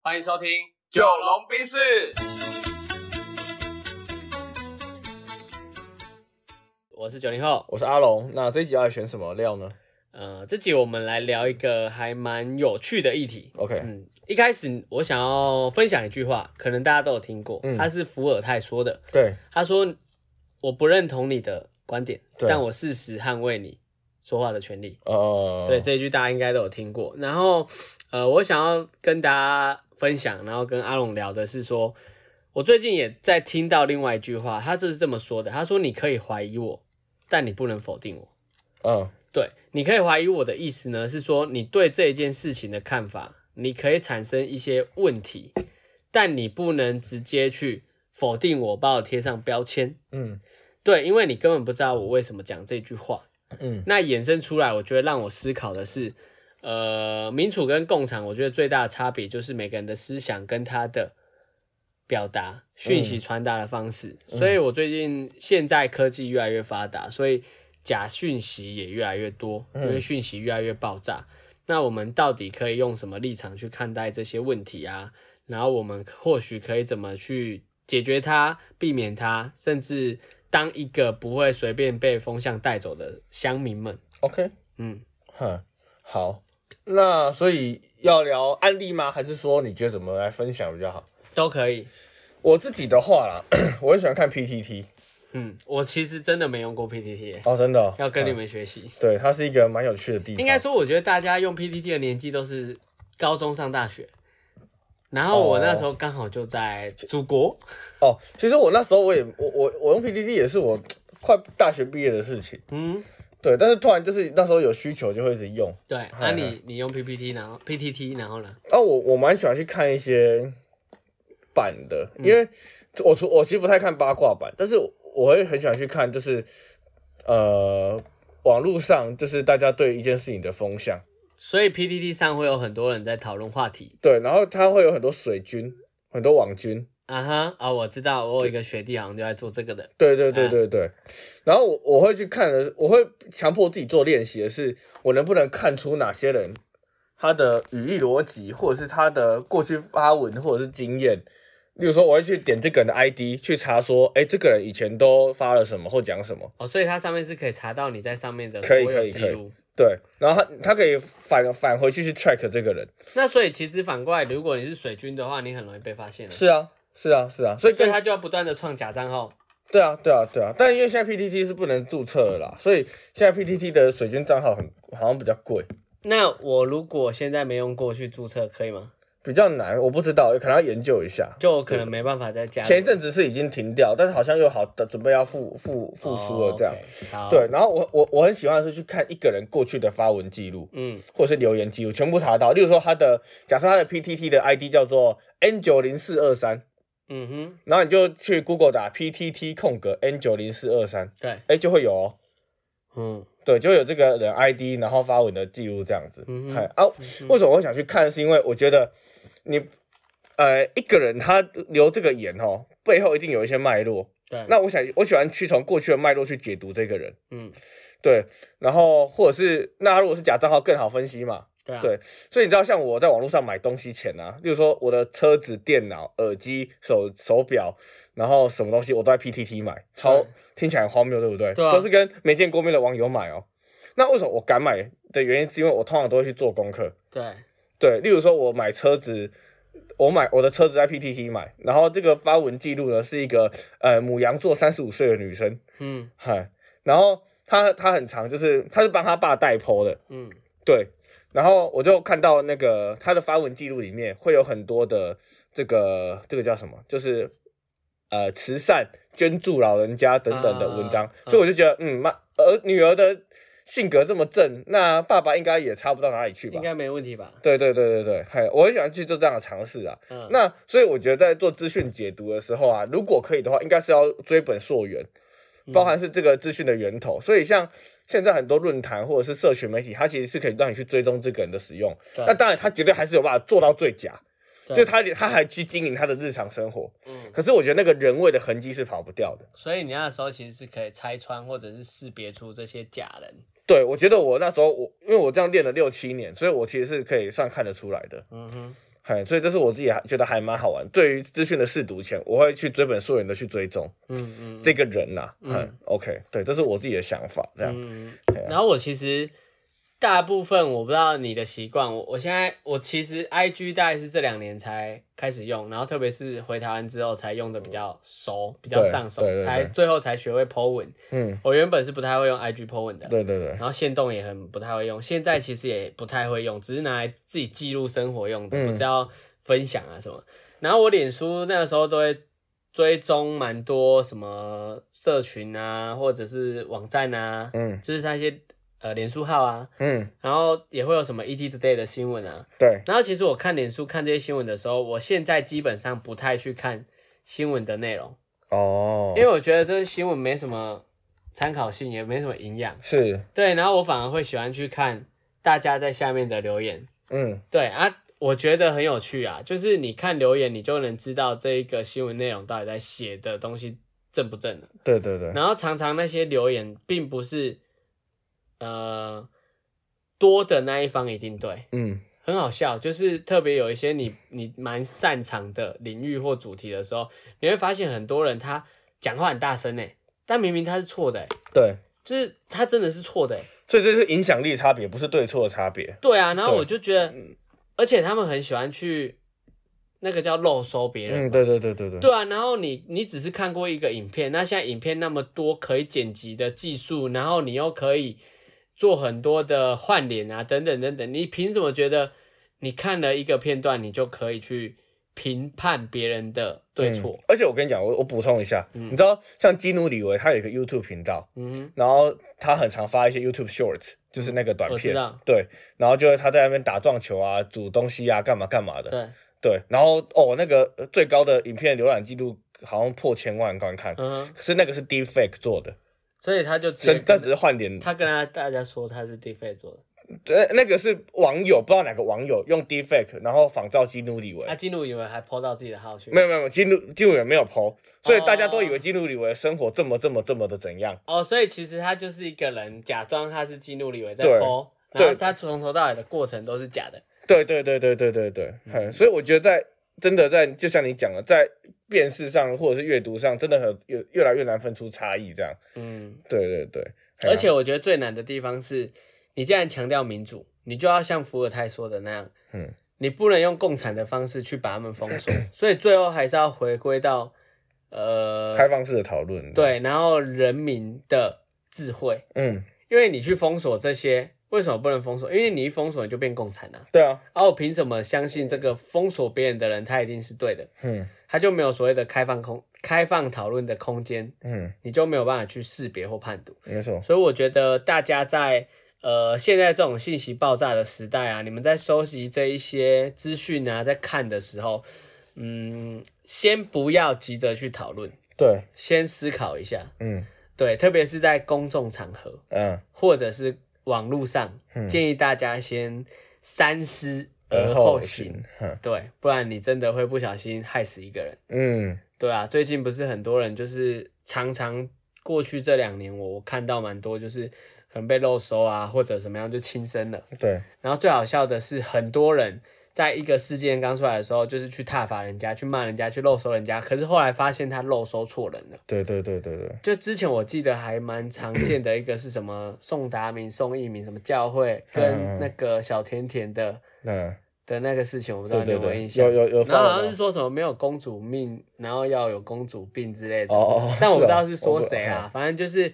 欢迎收听《九龙冰室。我是九零后。我是阿龙，那这一集要来选什么料呢呃，这集我们来聊一个还蛮有趣的议题。 ？OK，嗯，一开始我想要分享一句话，可能大家都有听过，嗯他是伏尔泰说的。对，他说：“我不认同你的观点，对但我事实捍卫你说话的权利。”呃，对，这一句大家应该都有听过。然后，呃，我想要跟大家分享，然后跟阿龙聊的是说，我最近也在听到另外一句话，他就是这么说的，他说你可以怀疑我，但你不能否定我。嗯，对，你可以怀疑我的意思呢，是说你对这一件事情的看法，你可以产生一些问题，但你不能直接去否定我，把我贴上标签。嗯对，因为你根本不知道我为什么讲这句话。嗯，那衍生出来，我觉得让我思考的是，呃，民主跟共产，我觉得最大的差别就是每个人的思想跟他的表达、讯息传达的方式。所以我最近现在科技越来越发达，所以假讯息也越来越多，因为讯息越来越爆炸。那我们到底可以用什么立场去看待这些问题啊？然后我们或许可以怎么去解决它、避免它，甚至当一个不会随便被风向带走的乡民们。 ，OK，嗯，哼，好，那所以要聊案例吗？还是说你觉得怎么来分享比较好？都可以。我自己的话啦， 我很喜欢看 PTT，嗯，我其实真的没用过 PTT，耶、哦，真的哦、要跟你嗯们学习。对，它是一个蛮有趣的地方，应该说，我觉得大家用 PTT 的年纪都是高中上大学，然后我哦那时候刚好就在祖国。哦，其实我那时候我也我我我用 PTT 也是我快大学毕业的事情，嗯，对，但是突然就是那时候有需求就会一直用，对。那、嗨你你用 PPT，然后 PTT，然后呢？啊，我我蛮喜欢去看一些版的，因为我除我其实不太看八卦版，但是我我会很喜欢去看，就是呃网络上就是大家对一件事情的风向，所以 PTT 上会有很多人在讨论话题。对，然后它会有很多水军，很多网军，啊哈啊，我知道，我有一个学弟好像就在做这个的。对对对啊对对，然后我我会去看的，我会强迫自己做练习的是，我能不能看出哪些人他的语义逻辑，或者是他的过去发文或者是经验。例如说，我会去点这个人的 ID 去查，说，哎，这个人以前都发了什么或讲什么，哦，所以它上面是可以查到你在上面的所可以可有以记可以录。对，然后他他可以反返回去去 track 这个人。那所以其实反过来，如果你是水军的话，你很容易被发现了。是啊，是啊，是啊，所以所跟以他就要不断的创假账号。对啊，对啊，对啊，但因为现在 PTT 是不能注册的啦，所以现在 PTT 的水军账号很好像比较贵。那我如果现在没用过去注册，可以吗？比较难，我不知道，可能要研究一下。就我可能没办法再加入。前一阵子是已经停掉，但是好像又好的准备要复复复苏了这样。哦，OK，好对，，然后我我我很喜欢的是去看一个人过去的发文记录，嗯，或者是留言记录，全部查到。例如说他的，假设他的 PTT 的 ID 叫做 N 九零四二三，嗯哼，然后你就去 Google 打 PTT 空格 N 九零四二三，对，哎，就会有哦。嗯，对，就有这个人 ID，然后发文的记录这样子。嗯哼嗨啊，为什么我会想去看？是因为我觉得你，呃，一个人他留这个言哦，背后一定有一些脉络。对，那我想，我喜欢去从过去的脉络去解读这个人。嗯，对，然后或者是那如果是假账号更好分析嘛。对啊，对所以你知道，像我在网络上买东西前啊，例如说我的车子、电脑、耳机、手手表，然后什么东西我都在 PTT 买，超对听起来很荒谬，对不对？对啊都是跟没见过面的网友买哦。那为什么我敢买的原因，是因为我通常都会去做功课。对，对，例如说我买车子，我买我的车子在 PTT 买，然后这个发文记录呢是一个呃母羊座三十五岁的女生，嗯嗨，然后她她很长，就是她是帮她爸代剖的，嗯，对，然后我就看到那个他的发文记录里面会有很多的这个这个叫什么，就是呃慈善捐助老人家等等的文章，啊所以我就觉得，嗯，妈儿女儿的性格这么正，那爸爸应该也差不到哪里去吧应。该没问题吧？对对对对对，嘿，我很喜欢去做这样的尝试啊。嗯，那所以我觉得在做资讯解读的时候啊，如果可以的话，应该是要追本溯源，嗯包含是这个资讯的源头。所以像现在很多论坛或者是社群媒体，它其实是可以让你去追踪这个人的使用。对那当然，他绝对还是有办法做到最假，对就是他他还去经营他的日常生活。嗯可是我觉得那个人味的痕迹是跑不掉的。所以你那时候其实是可以拆穿或者是识别出这些假人。对，我觉得我那时候我因为我这样练了六七年，所以我其实是可以算看得出来的。嗯哼，嘿，所以这是我自己还觉得还蛮好玩。对于资讯的试读前，我会去追本溯源的去追踪嗯嗯这个人呐、嗯 o k 对，这是我自己的想法。这样，嗯。然后我其实大部分我不知道你的习惯，我我现在我其实 I G 大概是这两年才开始用，然后特别是回台湾之后才用的比较熟，比较对上手对对，对才最后才学会 po 文。嗯，我原本是不太会用 I G po 文的，对对对然，后线动也很不太会用，现在其实也不太会用，只是拿来自己记录生活用的，嗯不是要分享啊什么。然后我脸书那个时候都会追踪蛮多什么社群啊，或者是网站啊，嗯就是那些呃脸书号啊，嗯，然后也会有什么 E ET Today 的新闻啊。对，然后其实我看脸书看这些新闻的时候，我现在基本上不太去看新闻的内容，哦，因为我觉得这新闻没什么参考性，也没什么营养。是，对，然后我反而会喜欢去看大家在下面的留言。嗯对啊，我觉得很有趣啊，就是你看留言，你就能知道这一个新闻内容到底在写的东西正不正了。对对对，然后常常那些留言并不是，呃，多的那一方一定对，嗯很好笑。就是特别有一些你你蛮擅长的领域或主题的时候，你会发现很多人他讲话很大声呢、但明明他是错的、欸，对，就是他真的是错的、欸。所以这是影响力差别，不是对错的差别。对啊，然后对嗯我就觉得，而且他们很喜欢去那个叫漏搜别人。嗯，对对对对对，对啊，然后你你只是看过一个影片，那现在影片那么多可以剪辑的技术，然后你又可以做很多的换脸啊，等等等等，你凭什么觉得你看了一个片段，你就可以去评判别人的对错嗯？而且我跟你讲，我我补充一下，你知道像基努里维他有一个 YouTube 频道，嗯然后他很常发一些 YouTube Short，就是那个短我知片道，对，然后就是他在那边打撞球啊、煮东西啊、干嘛干嘛哼，的，对，对，然后哦，那个呃最高的影片浏览记录好像破千万观看，嗯哼，可是那个是 Deepfake 做的，所以他就直接真但跟只是换脸，他跟他大家说他是 d e f a 做的。呃，那个是网友不知道哪个网友用 Deepfake，然后仿造基努里维啊，，金路以为还 PO 到自己的号去，没有没有，没有基努基努里维没有 PO，所以大家都以哦为基努里维的生活这么这么这么的怎样。哦，所以其实他就是一个人假装他是基努里维在对 PO，对然后他从头到尾的过程都是假的。对对对对对对对，嗯，所以我觉得在真的在就像你讲的，在辨识上或者是阅读上，真的很越越来越难分出差异。这样，嗯，对对啊对，而且我觉得最难的地方是，你既然强调民主，你就要像伏尔泰说的那样，嗯，你不能用共产的方式去把他们封 锁，所以最后还是要回归到呃，开放式的讨论，，对，然后人民的智慧，嗯，因为你去封锁这些，为什么不能封锁？因为你一封锁你就变共产了、啊。对啊，啊，我凭什么相信这个封锁别人的人他一定是对的？嗯他就没有所谓的开放空、开放讨论的空间，嗯，你就没有办法去识别或判读。没错，所以我觉得大家在呃现在这种信息爆炸的时代啊，你们在收集这一些资讯啊，在看的时候，嗯，先不要急着去讨论，对，先思考一下。嗯对，特别是在公众场合嗯，或者是网络上，建议大家先三思嗯呃而后行。，嗯对，不然你真的会不小心害死一个人。嗯，对啊，最近不是很多人就是常常过去这两年我，我看到蛮多就是可能被漏收啊，或者怎么样就轻生了。对，然后最好笑的是，很多人在一个事件刚出来的时候，就是去挞伐人家、去骂人家、去漏收人家，可是后来发现他漏收错人了。对对对对对，就之前我记得还蛮常见的一个是什么 宋达明、宋一鸣什么教会跟那个小甜甜的嗯，的那个事情，我不知道对对你有没有对印，象。有有有然后好放像是说什么没有公主命，然后要有公主病之类 的。哦， 但我不知道是说谁啊，，反正就是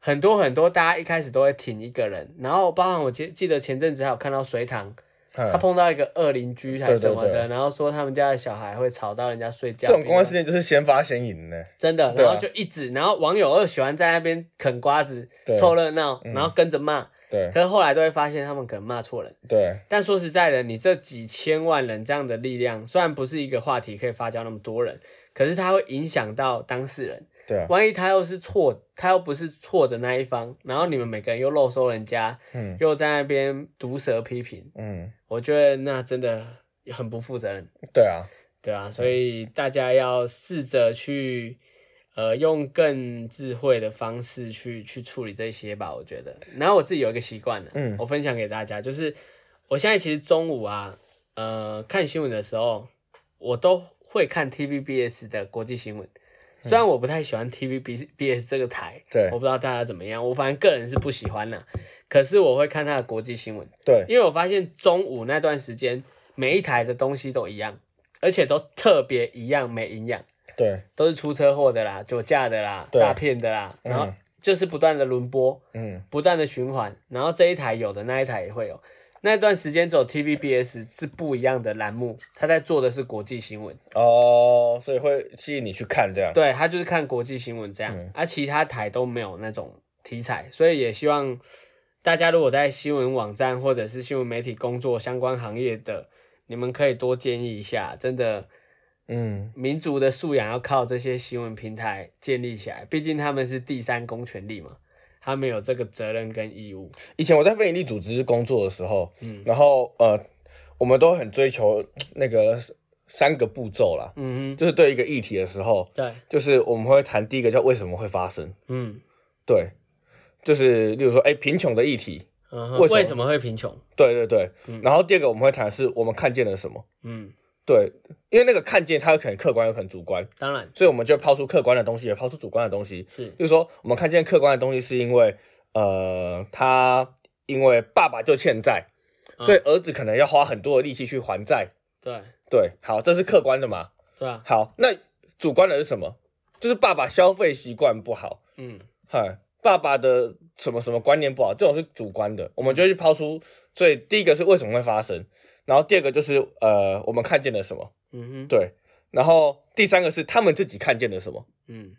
很多很多，大家一开始都会挺一个人，然后包含我记记得前阵子还有看到隋唐，他他碰到一个恶邻居还是什么嗯对对的，然后说他们家的小孩会吵到人家睡觉，这种公关事比如说件就是先发先赢呢，真的，对啊然后就一直，然后网友二喜欢在那边啃瓜子对嗯凑热闹，然后跟着骂，对可是后来都会发现他们可能骂错人。对但说实在的，你这几千万人这样的力量，虽然不是一个话题可以发酵那么多人，可是它会影响到当事人。对啊，万一他又是错，他又不是错的那一方，然后你们每个人又漏收人家，嗯又在那边毒舌批评，嗯，我觉得那真的很不负责任，对啊，对啊，所以大家要试着去，呃，用更智慧的方式去去处理这些吧，我觉得。然后我自己有一个习惯呢，嗯我分享给大家，就是我现在其实中午啊，呃看新闻的时候，我都会看 TVBS 的国际新闻。虽然我不太喜欢 TVBS 这个台，嗯对我不知道大家怎么样，我反正个人是不喜欢啦。可是我会看它的国际新闻，对，因为我发现中午那段时间每一台的东西都一样，而且都特别一样没营养，对，都是出车祸的啦、酒驾的啦、对诈骗的啦，然后就是不断的轮播，嗯，不断的循环，然后这一台有的那一台也会有。那段时间走 TVBS 是不一样的栏目，他在做的是国际新闻，哦，所以会吸引你去看这样。对他就是看国际新闻这样，啊，其他台都没有那种题材，所以也希望大家如果在新闻网站或者是新闻媒体工作相关行业的，你们可以多建议一下，真的嗯，民族的素养要靠这些新闻平台建立起来，毕竟他们是第三公权力嘛，他们有这个责任跟义务，以前我在非营利组织工作的时候，嗯，然后呃，我们都很追求那个三个步骤啦，嗯哼，就是对一个议题的时候，对，就是我们会谈第一个叫为什么会发生，嗯。对，就是例如说，哎，贫穷的议题，嗯为哼，什么为什么会贫穷？对对对，然后第二个我们会谈是我们看见了什么，嗯，对，因为那个看见它有可能客观，有可能主观，当然所以我们就抛出客观的东西，也抛出主观的东西。是就是说，我们看见客观的东西，是因为呃，他因为爸爸就欠债，嗯所以儿子可能要花很多的力气去还债。对，对，好，这是客观的嘛。对啊，好，那主观的是什么？就是爸爸消费习惯不好，嗯，嗨，爸爸的什么什么观念不好，这种是主观的，我们就会去抛出。所以第一个是为什么会发生，然后第二个就是呃，我们看见了什么，嗯哼，对，然后第三个是他们自己看见了什么。嗯，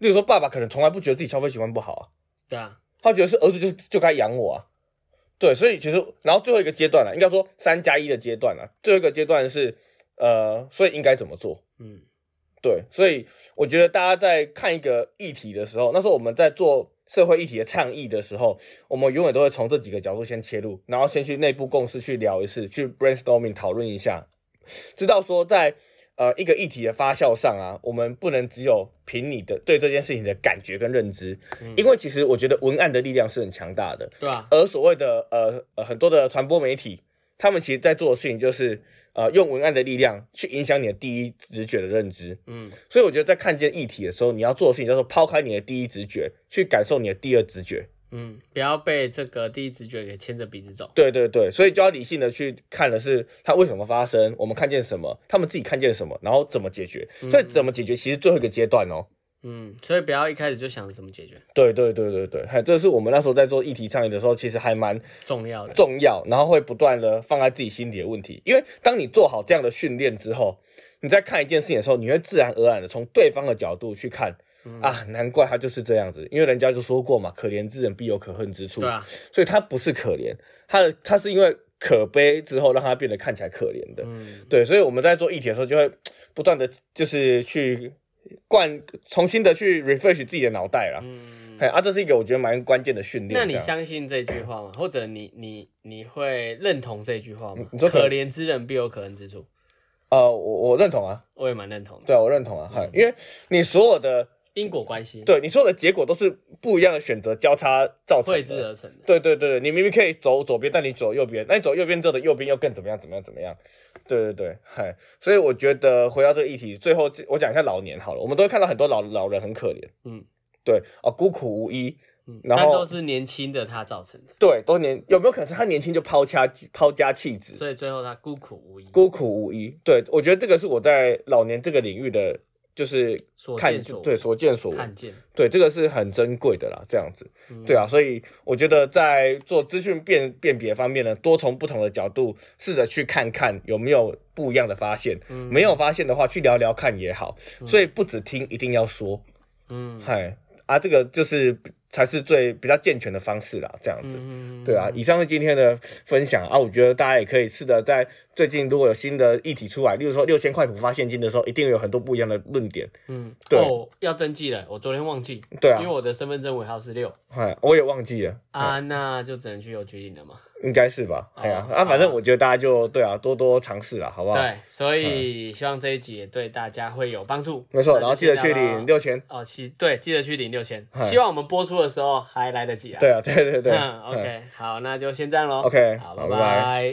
例如说，爸爸可能从来不觉得自己消费习惯不好啊，对啊，他觉得是儿子就就该养我啊。对，所以其实，然后最后一个阶段了、应该说三加一的阶段了、最后一个阶段是，呃，所以应该怎么做？嗯，对，所以我觉得大家在看一个议题的时候，那时候我们在做社会议题的倡议的时候，我们永远都会从这几个角度先切入，然后先去内部共识去聊一次，去 brainstorming 讨论一下，知道说在呃一个议题的发酵上啊，我们不能只有凭你的对这件事情的感觉跟认知，因为其实我觉得文案的力量是很强大的，对啊，而所谓的呃呃很多的传播媒体，他们其实在做的事情就是呃用文案的力量去影响你的第一直觉的认知。嗯，所以我觉得在看见议题的时候，你要做的事情叫做抛开你的第一直觉，去感受你的第二直觉。嗯，不要被这个第一直觉给牵着鼻子走。对对对，所以就要理性的去看的是它为什么发生，我们看见什么，他们自己看见什么，然后怎么解决。所以怎么解决，其实最后一个阶段哦。嗯，所以不要一开始就想着怎么解决，对对对对对，还这是我们那时候在做议题倡议的时候，其实还蛮重要的。重要，然后会不断的放在自己心底的问题。因为当你做好这样的训练之后，你在看一件事情的时候，你会自然而然的从对方的角度去看。嗯啊，难怪他就是这样子，因为人家就说过嘛，可怜之人必有可恨之处。对啊，所以他不是可怜，他的他是因为可悲之后让他变得看起来可怜的。嗯，对，所以我们在做议题的时候，就会不断的就是去灌，重新的去 refresh 自己的脑袋啦。嗯，哎啊，这是一个我觉得蛮关键的训练。那你这样相信这句话吗？或者你你你会认同这句话吗？你说可可怜之人必有可恨之处，呃，我我认同啊，我也蛮认同的。对啊，我认同啊，嗯嗨因为你所有的因果关系对你所有的结果都是不一样的选择交叉造成绘制的。而成的。对对对对，你明明可以走左边，但你走右边，那你走右边之后的右边又更怎么样怎么样怎么样？对对对，嗨，所以我觉得回到这个议题，最后这我讲一下老年好了，我们都会看到很多老老人很可怜，嗯对哦，孤苦无依，嗯，然但后都是年轻的他造成的，对，都年有没有可能是他年轻就抛家抛家弃子，所以最后他孤苦无依，孤苦无依？对我觉得这个是我在老年这个领域的，就是所看见所对所见所闻，看见。对，这个是很珍贵的啦，这样子，嗯对啊，所以我觉得在做资讯辨辨别方面呢，多从不同的角度试着去看看有没有不一样的发现，嗯没有发现的话去聊聊看也好，所以不只听，一定要说，嗯嗨啊，这个就是才是最比较健全的方式啦，这样子，嗯，对啊，以上是今天的分享啊，我觉得大家也可以试着在最近如果有新的议题出来，例如说六千块补发现金的时候，一定有很多不一样的论点，嗯，对哦，要登记了，我昨天忘记，对啊因为我的身份证尾号是六嗨，我也忘记了。啊，那就只能去邮局领了嘛。应该是吧？哎呀、哦好啊，反正我觉得大家就对啊，多多尝试啦，好不好？，对，所以希望这一集也对大家会有帮助。嗯没错。那就然后记得先去到领这六千。哦，七对，记得去领六千嗨。希望我们播出的时候还来得及啊。嗯对啊，对对对。嗯，OK，好，那就先这样喽。 OK，好，好拜拜拜拜。